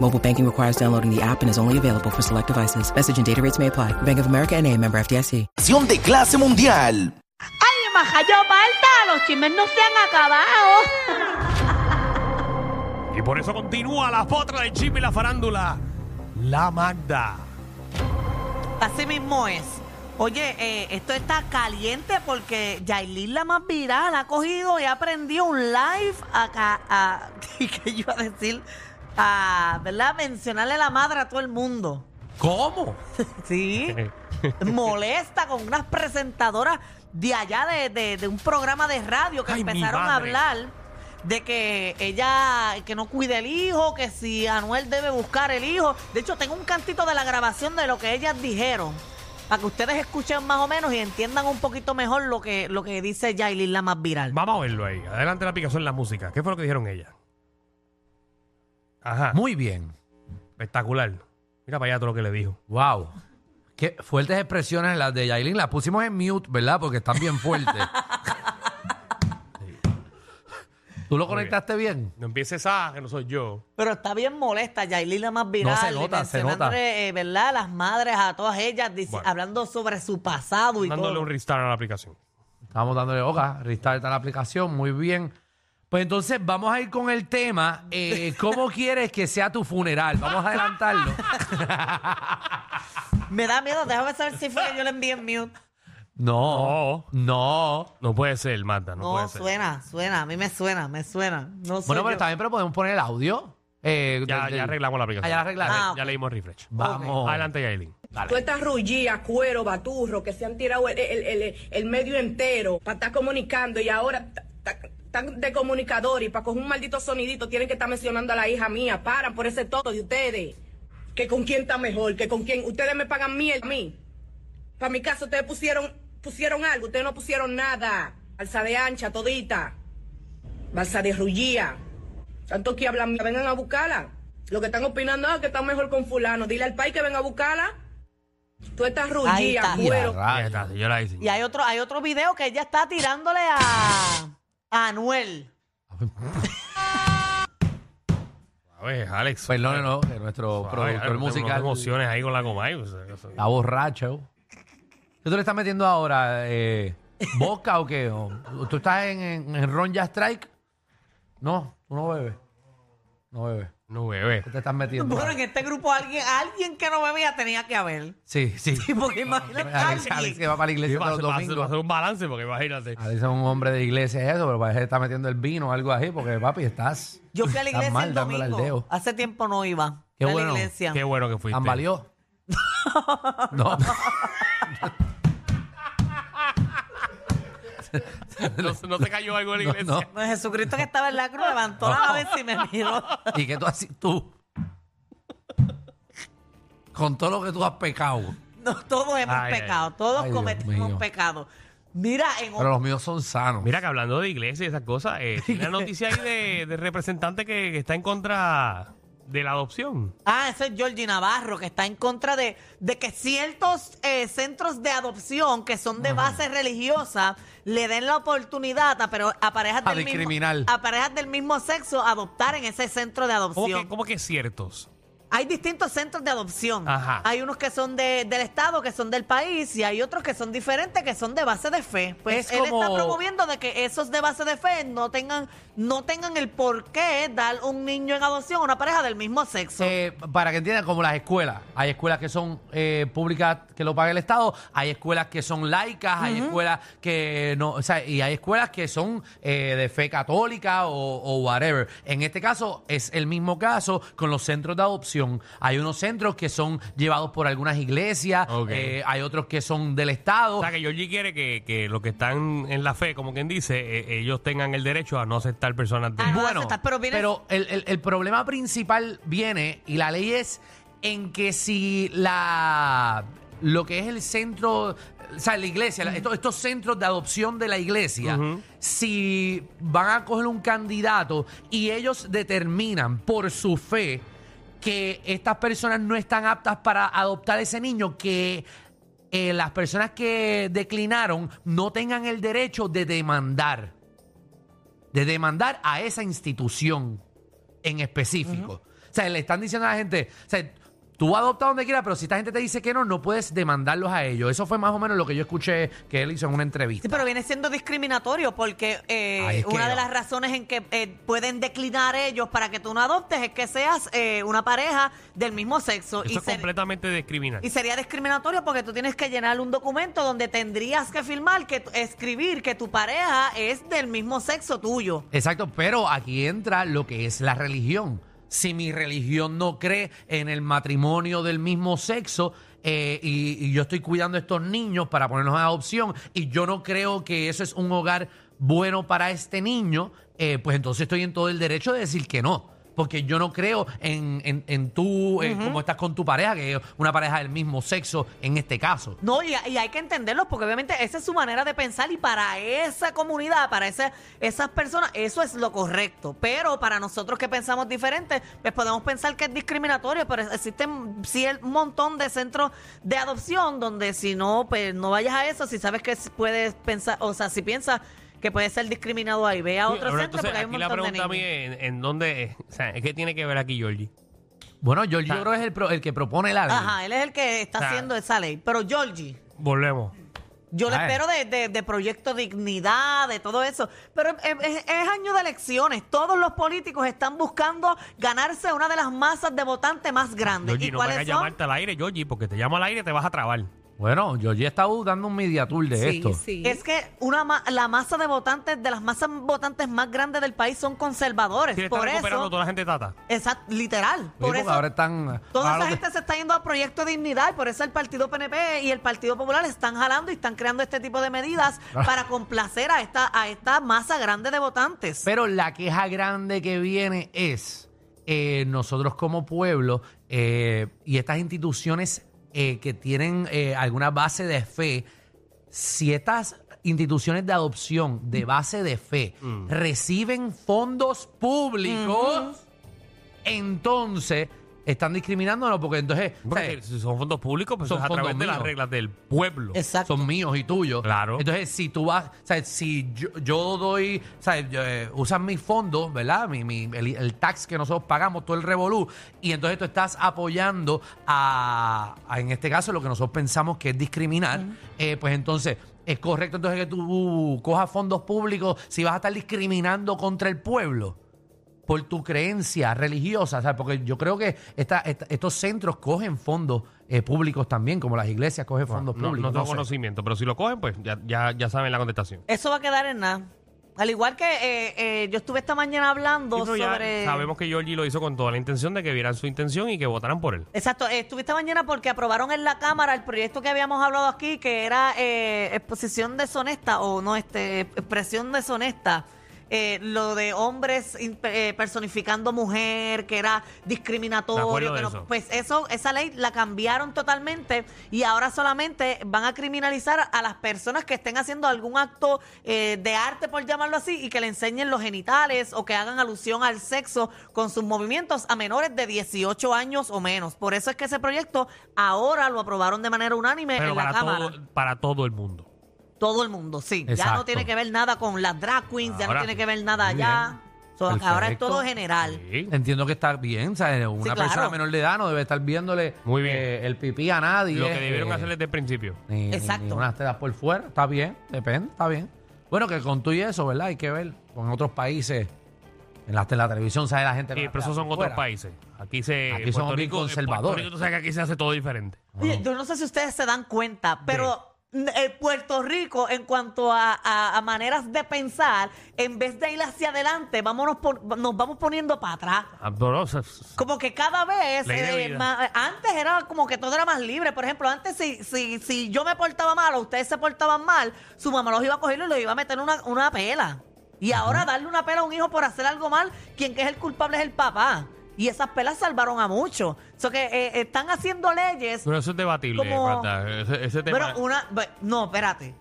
Mobile banking requires downloading the app and is only available for select devices. Message and data rates may apply. Bank of America and a member FDIC. Acción de clase mundial. ¡Ay, majayo falta! ¡Los chismes no se han acabado! Y por eso continúa la potra del chisme y la farándula. La Magda. Así mismo es. Oye, eh, esto está caliente porque Yailin, la más viral, ha cogido y ha aprendido un live acá. A, ¿Qué iba a decir? A, ¿Verdad? Mencionarle la madre a todo el mundo. ¿Cómo? Sí. Molesta con unas presentadoras de allá de, de- de un programa de radio que Ay, mi empezaron a madre. hablar de que ella que no cuide el hijo, que si Anuel debe buscar el hijo. De hecho, tengo un cantito de la grabación de lo que ellas dijeron. Para que ustedes escuchen más o menos y entiendan un poquito mejor lo que, lo que dice Yailin, la más viral. Vamos a verlo ahí. Adelante la aplicación, la música. ¿Qué fue lo que dijeron ellas? Ajá. Muy bien. espectacular. Mira para allá todo lo que le dijo. Wow. Qué fuertes expresiones las de Yailin. Las pusimos en mute, ¿verdad? Porque están bien fuertes. ¿Tú lo conectaste bien? No empieces a que no soy yo. Pero está bien molesta Yailin, la más viral. No, se nota, se mencionando, nota. eh, ¿verdad? Las madres, a todas ellas, dic- Bueno. hablando sobre su pasado y Dándole todo. un restart a la aplicación. Estábamos dándole hoja, restart a la aplicación, muy bien. Pues entonces vamos a ir con el tema. eh, ¿Cómo quieres que sea tu funeral? Vamos a adelantarlo. Me da miedo, déjame saber si fue que yo le envié en mute. No, no. No puede ser, Marta. No, No, puede ser. suena, suena, a mí me suena, me suena. No soy Bueno, pero yo. también pero podemos poner el audio. eh, Ya, del- ya del- arreglamos la aplicación. Ah, ya la arreglaste. Ah, ok. Ya leímos refresh. Vamos. Adelante, Yailin. Todas estas rullías, cuero, baturro, que se han tirado el, el- el- el medio entero para estar comunicando y ahora ta- ta- están de comunicador y para coger un maldito sonidito tienen que estar mencionando a la hija mía. Paran por ese todo de ustedes. Que con quién está mejor, que con quién. Ustedes me pagan miel a mí. Para mi caso, ustedes pusieron, pusieron algo, ustedes no pusieron nada. Balsa de ancha, todita. Balsa de rullía. Tanto que hablan, mierda, vengan a buscarla. Lo que están opinando es que está mejor con fulano. Dile al país que venga a buscarla. Tú estás Ahí rullía, está. cuero. Ahí está, Rayos. señora Yailin. Y hay otro, hay otro video que ella está tirándole a, a Anuel. A ver, Alex. Perdón, no, que nuestro Suave, eh, Pues productor no te- no te musical emociones ahí con la comay. o sea, eso- Está borracho. ¿Qué tú le estás metiendo ahora? Eh, ¿Boca o qué? ¿O ¿Tú estás en, en- en Ron Ya Strike? No, tú no bebes. No bebes. No, bebé. ¿Qué te estás metiendo? Bueno, en este grupo alguien, alguien que no bebía tenía que haber. Sí, sí. Sí, porque imagínate a Alex, Alex que alguien. va para la iglesia Va a todos ser- los va a ser- va a domingos. ser un balance porque imagínate. Alex es un hombre de iglesia y eso, pero parece que está metiendo el vino o algo así, porque papi, estás. Yo fui a la estás iglesia mal el dándole al domingo. dedo. Hace tiempo no iba. Qué Fui a bueno, la iglesia. Qué bueno que fuiste. ¿Ambalió? no. No, no te cayó algo en la iglesia. no. No, Pues Jesucristo que estaba en la cruz levantó la cabeza y me miró. ¿Y que tú así tú? Con todo lo que tú has pecado. No, todos hemos Ay, ay, pecado, todos Ay, Dios cometimos mío. pecado. Mira, en Pero los míos son sanos. Mira que hablando de iglesia y esas cosas, eh, tiene una noticia ahí de, de representante que, que está en contra de la adopción. Ah, ese es Georgie Navarro, que está en contra de, de que ciertos eh, centros de adopción que son de base religiosa le den la oportunidad a, pero, a, parejas A del mismo, discriminar. a parejas del mismo sexo a adoptar en ese centro de ¿Cómo que, adopción. cómo que ciertos? Hay distintos centros de adopción. Ajá. Hay unos que son de- del Estado, que son del país, y hay otros que son diferentes, que son de base de fe. Pues Es él está como- promoviendo de que esos de base de fe no tengan, no tengan el por qué dar un niño en adopción a una pareja del mismo sexo. Eh, para que entiendan, como las escuelas. Hay escuelas que son eh, públicas que lo paga el Estado, hay escuelas que son laicas, hay escuelas que no, o sea, y hay escuelas que son eh, de fe católica o, o whatever. En este caso es el mismo caso con los centros de adopción. Hay unos centros que son llevados por algunas iglesias, Ok. eh, hay otros que son del Estado. O sea, que Georgie quiere que, que los que están en la fe, como quien dice, eh, ellos tengan el derecho a no aceptar personas de... Ah, no. Bueno, aceptar, pero, pero viene- el, el- el problema principal viene, y la ley es en que si la lo que es el centro, o sea, la iglesia, la- estos, estos centros de adopción de la iglesia, si van a coger un candidato y ellos determinan por su fe que estas personas no están aptas para adoptar ese niño, que eh, las personas que declinaron no tengan el derecho de demandar de demandar a esa institución en específico. O sea, le están diciendo a la gente, o sea, tú adopta donde quieras, pero si esta gente te dice que no, no puedes demandarlos a ellos. Eso fue más o menos lo que yo escuché que él hizo en una entrevista. Sí, pero viene siendo discriminatorio porque eh, Ay, es que- una de las razones en que eh, pueden declinar ellos para que tú no adoptes es que seas eh, una pareja del mismo sexo. Eso es ser- completamente discriminante. y sería discriminatorio porque tú tienes que llenar un documento donde tendrías que firmar, que tu- escribir que tu pareja es del mismo sexo tuyo. Exacto, pero aquí entra lo que es la religión. Si mi religión no cree en el matrimonio del mismo sexo eh, y, y yo estoy cuidando a estos niños para ponernos en adopción y yo no creo que eso es un hogar bueno para este niño, eh, pues entonces estoy en todo el derecho de decir que no. Porque yo no creo en, en, en tú, eh, cómo estás con tu pareja, que es una pareja del mismo sexo en este caso. No, y, y hay que entenderlos porque obviamente esa es su manera de pensar y para esa comunidad, para ese- esas personas, eso es lo correcto. Pero para nosotros que pensamos diferente, pues podemos pensar que es discriminatorio, pero existen cier- un montón de centros de adopción donde si no, pues no vayas a eso, si sabes que puedes pensar, o sea, si piensas que puedes ser discriminado ahí, ve a Sí, otro ahora, centro porque hay un aquí la montón de pregunta a mí niños. es, ¿en, en dónde? eh, O sea, ¿qué tiene que ver aquí Georgie? Bueno, yo, yo creo que es el, pro- el que propone la ley. Ajá, él es el que está O sea, haciendo esa ley. Pero Georgie. Volvemos. Yo le Ay. espero de, de- de Proyecto Dignidad, de todo eso. Pero es, es- es año de elecciones. Todos los políticos están buscando ganarse una de las masas de votantes más grandes. Georgie, ¿Y no me hagas cuáles son? llamarte al aire, Georgie, porque te llamo al aire te vas a trabar. Bueno, yo ya estaba dando un media tour de esto. Es que una ma- la masa de votantes, de las masas votantes más grandes del país son conservadores. Sí, le está Por recuperando eso, toda la gente tata. esa, literal. Sí, Por porque eso ahora están. Toda esa ahora lo que- gente se está yendo a Proyecto Dignidad y por eso el Partido PNP y el Partido Popular están jalando y están creando este tipo de medidas Ah. para complacer a esta, a esta masa grande de votantes. Pero la queja grande que viene es eh, nosotros como pueblo eh, y estas instituciones eh, que tienen eh, alguna base de fe, si estas instituciones de adopción Mm. de base de fe reciben fondos públicos, entonces están discriminándonos porque entonces Porque ¿sabes? si son fondos públicos, pues Son eso es a fondos través de las míos. reglas del pueblo. Exacto. son míos y tuyos. Claro. Entonces, si tú vas, o sea, si yo, yo doy, o sea, yo, eh, usan mis fondos, ¿verdad? Mi, mi- el, el tax que nosotros pagamos, todo el revolú, y entonces tú estás apoyando a, a, en este caso, lo que nosotros pensamos que es discriminar, eh, pues entonces... ¿Es correcto entonces que tú uh, cojas fondos públicos si vas a estar discriminando contra el pueblo? por tu creencia religiosa, ¿sabes? porque yo creo que esta- esta- estos centros cogen fondos eh, públicos también, como las iglesias cogen fondos No, públicos. no tengo no sé. conocimiento, pero si lo cogen, pues ya, ya, ya saben la contestación. Eso va a quedar en nada. Al igual que eh, eh, yo estuve esta mañana hablando Sí, pero ya sobre... Sabemos que Georgie lo hizo con toda la intención de que vieran su intención y que votaran por él. Exacto, eh, estuve esta mañana porque aprobaron en la Cámara el proyecto que habíamos hablado aquí, que era eh, exposición deshonesta o no, este, expresión deshonesta. Eh, lo de hombres in- eh, personificando mujer, que era Me discriminatorio. acuerdo Que de no- eso. pues eso, esa ley la cambiaron totalmente y ahora solamente van a criminalizar a las personas que estén haciendo algún acto eh, de arte, por llamarlo así, y que le enseñen los genitales o que hagan alusión al sexo con sus movimientos a menores de 18 años o menos. Por eso es que ese proyecto ahora lo aprobaron de manera unánime Pero en la para Cámara. todo, para todo el mundo. Todo el mundo, sí. Ya Exacto. no tiene que ver nada con las drag queens, ya no Ahora, tiene que ver nada muy allá. bien. So, ahora es Perfecto. todo general. Sí. Entiendo que está bien, ¿sabes? Una claro. persona menor de edad no debe estar viéndole Muy bien. eh, el pipí a nadie. Lo que debieron eh, hacer desde el principio. Ni, ni- Exacto. ni unas tetas por fuera, está bien, depende, está bien. Bueno, que con tú y eso, ¿verdad? Hay que ver. Con otros países, en la, en la televisión sale la Sí, gente. con las Eh, pero esos tetas son por otros fuera. países. Aquí se. Aquí somos bien en Puerto conservadores. Rico, tú sabes que aquí se hace todo diferente. Oye, yo no sé si ustedes se dan cuenta, pero n- eh, Puerto Rico, en cuanto a, a- a maneras de pensar, en vez de ir hacia adelante, vámonos por- nos vamos poniendo para atrás. Ah, no, no, se- se- Como que cada vez, Ley de vida. ma- eh, antes era como que todo era más libre. Por ejemplo, antes si, si, si yo me portaba mal o ustedes se portaban mal, su mamá los iba a coger y los iba a meter una, una pela. Y ahora darle una pela a un hijo por hacer algo mal, quien que es el culpable es el papá. Y esas pelas salvaron a muchos. So que eh, están haciendo leyes Pero eso es debatible, Como- Marta. Ese, ese tema. pero una. be- No, espérate.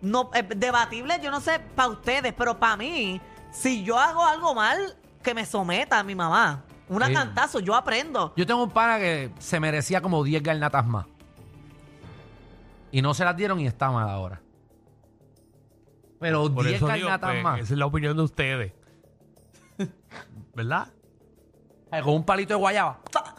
No, eh, debatible, yo no sé para ustedes, pero para mí, si yo hago algo mal, que me someta a mi mamá. Una Sí. cantazo, yo aprendo. Yo tengo un pana que se merecía como 10 garnatas más. Y no se las dieron y está mal ahora. Pero Por 10 eso digo, garnatas pues, más. esa es la opinión de ustedes. ¿Verdad? Ay, Con un palito de guayaba. ¡Ta!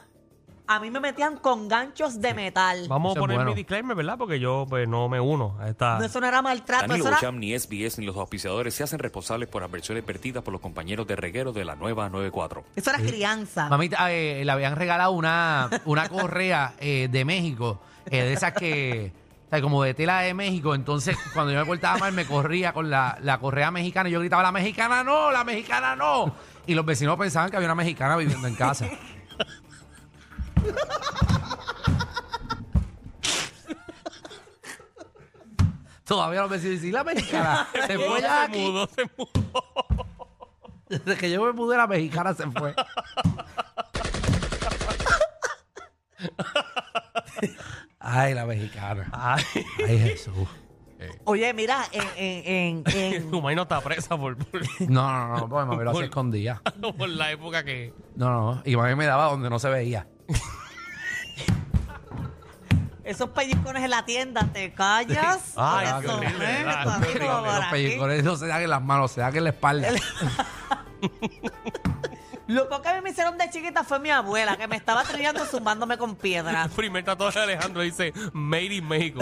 A mí me metían con ganchos de metal. Vamos Eso a es poner bueno. mi disclaimer, ¿verdad? Porque yo pues, no me uno a esta. No, eso no era maltrato, Danilo eso era Bocham, ni SBS, ni los auspiciadores se hacen responsables por adversiones vertidas por los compañeros de reguero de la nueva 94. Eso era crianza. Mamita, eh, le habían regalado una, una correa eh, de México, eh, de esas que, o sea, como de tela de México. Entonces, cuando yo me cortaba mal, me corría con la, la correa mexicana. Y yo gritaba, la mexicana no, la mexicana no. Y los vecinos pensaban que había una mexicana viviendo en casa. Todavía los vecinos dicen, la mexicana se fue ya de se aquí. mudó, se mudó. Desde que yo me mudé, la mexicana se fue. Ay, la mexicana. Ay, Ay, Jesús. Oye, mira, en, en- en- en- tu maíz no está presa por, por, No, no, no, porque mami lo hacía escondida. por la época que. No, no, y mami me daba donde no se veía. esos pellizcones en la tienda, te callas. Ay, Por qué eso, horrible, ven, ¿verdad? tu Qué amigo horrible, por Los aquí. pellizcones no se dan en las manos, se dan en la espalda. Lo poco que a mí me hicieron de chiquita fue mi abuela, que me estaba trillando zumbándome con piedras. El primer tatuaje de Alejandro dice Made in México.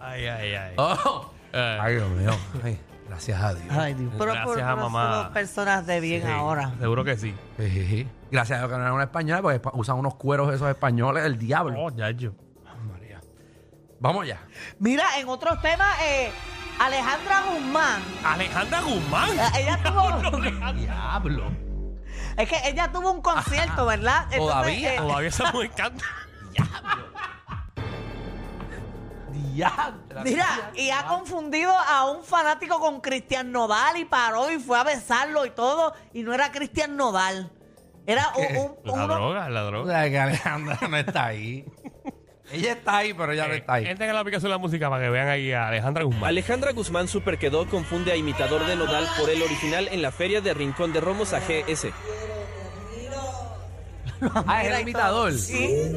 ay, ay, ay. Oh. Eh, Ay, Dios mío. Ay, gracias a Dios. Ay, Dios. Pero Gracias por, a por mamá. solo personas de bien sí, ahora. Seguro que sí. Ejiji. Gracias a Dios que no era una española, porque espa- usan unos cueros esos españoles del diablo. Oh, ya yo. María. Vamos ya. Mira, en otros temas, eh, Alejandra Guzmán, Alejandra Guzmán. eh, ella tuvo, Diablo. es que ella tuvo un concierto, ¿verdad? Todavía, eh, Todavía esa mujer canta. Diablo. mira, y ha confundido a un fanático con Cristian Noval y paró y fue a besarlo y todo, y no era Cristian Noval. Era un, un- La uno- droga, la O droga. sea, que Alejandra no está ahí. Ella está ahí, pero ella no está ahí. Eh, Entren a la aplicación de la música para que vean ahí a Alejandra Guzmán. Alejandra Guzmán Super quedó confunde a imitador de Nodal por el original en la feria de Rincón de Romos a GS. Ah, es el imitador. Sí.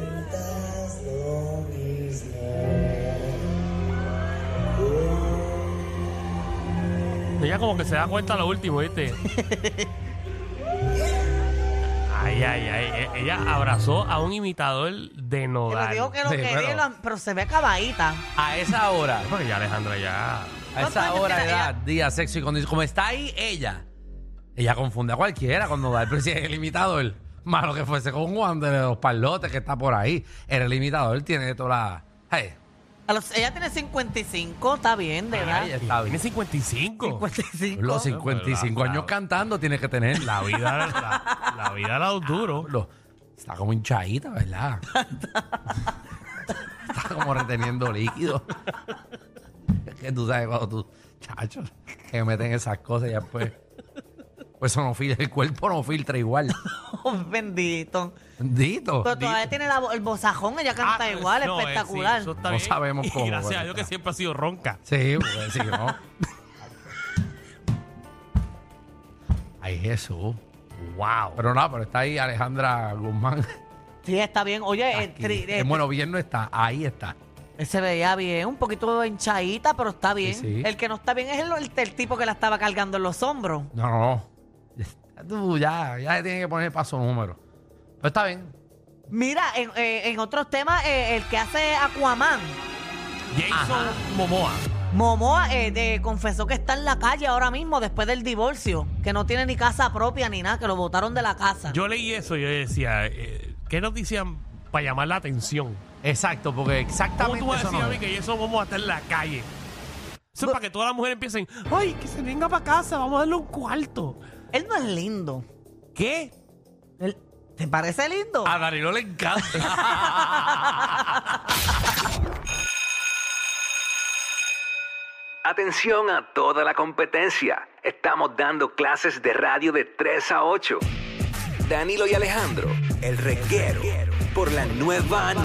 Ella como que se da cuenta lo último, ¿viste? ay, ay, ay. E- Ella abrazó a un imitador de Que Nodal. lo dijo que lo Sí, quería, pero- y lo- pero se ve acabadita. A esa hora, Porque ya Alejandra ya... a ¿Cuántos esa años hora, tiene edad, día, sexo y condición. Como está ahí ella, ella confunde a cualquiera con Nodal, pero si es el imitador. Malo que fuese con Juan de los Palotes que está por ahí. Era el imitador, tiene toda la. Ay, A los- ella tiene 55, está bien, de verdad. ay, está Tiene bien. 55. 55. Los 55 años cantando tiene que tener. La La vida, la, la vida la dio duro. Lo- está como hinchadita, ¿verdad? está como reteniendo líquido. es que tú sabes cuando tú, chachos, que meten esas cosas y después. Pues eso no filtra, el cuerpo no filtra igual. Oh, bendito. Bendito. Pero todavía tiene la bo- el bozajón, ella canta Ah, igual, no, eh, espectacular. sí, eso está No bien. sabemos Y cómo, gracias pero a Dios que está. siempre ha sido ronca. Sí, porque si no. Ay, Jesús. Wow. Pero no, pero está ahí Alejandra Guzmán. Sí, está bien. Oye, eh, aquí. tri- eh, bueno, bien no está, ahí está. Él se veía bien, un poquito hinchadita, pero está bien. sí. El que no está bien es el, el- el tipo que la estaba cargando en los hombros. No, no, no. Ya Tú ya, ya le tienes que poner paso número. Pero está bien. Mira, en, eh, en otros temas, eh, el que hace Aquaman, Jason Momoa. Momoa eh, de- confesó que está en la calle ahora mismo después del divorcio, que no tiene ni casa propia ni nada, que lo botaron de la casa. Yo leí eso y yo decía, eh, ¿qué noticia para llamar la atención? Exacto, porque ¿Cómo exactamente tú vas a eso decir no a mí es. que Jason Momoa está en la calle? Eso es para que todas las mujeres empiecen, ¡ay, que se venga para casa, vamos a darle un cuarto! Él no es lindo. ¿Qué? Él- ¿Te parece lindo? A Danilo le encanta. Atención a toda la competencia. Estamos dando clases de radio de 3 a 8. Danilo y Alejandro, el reguero, por la nueva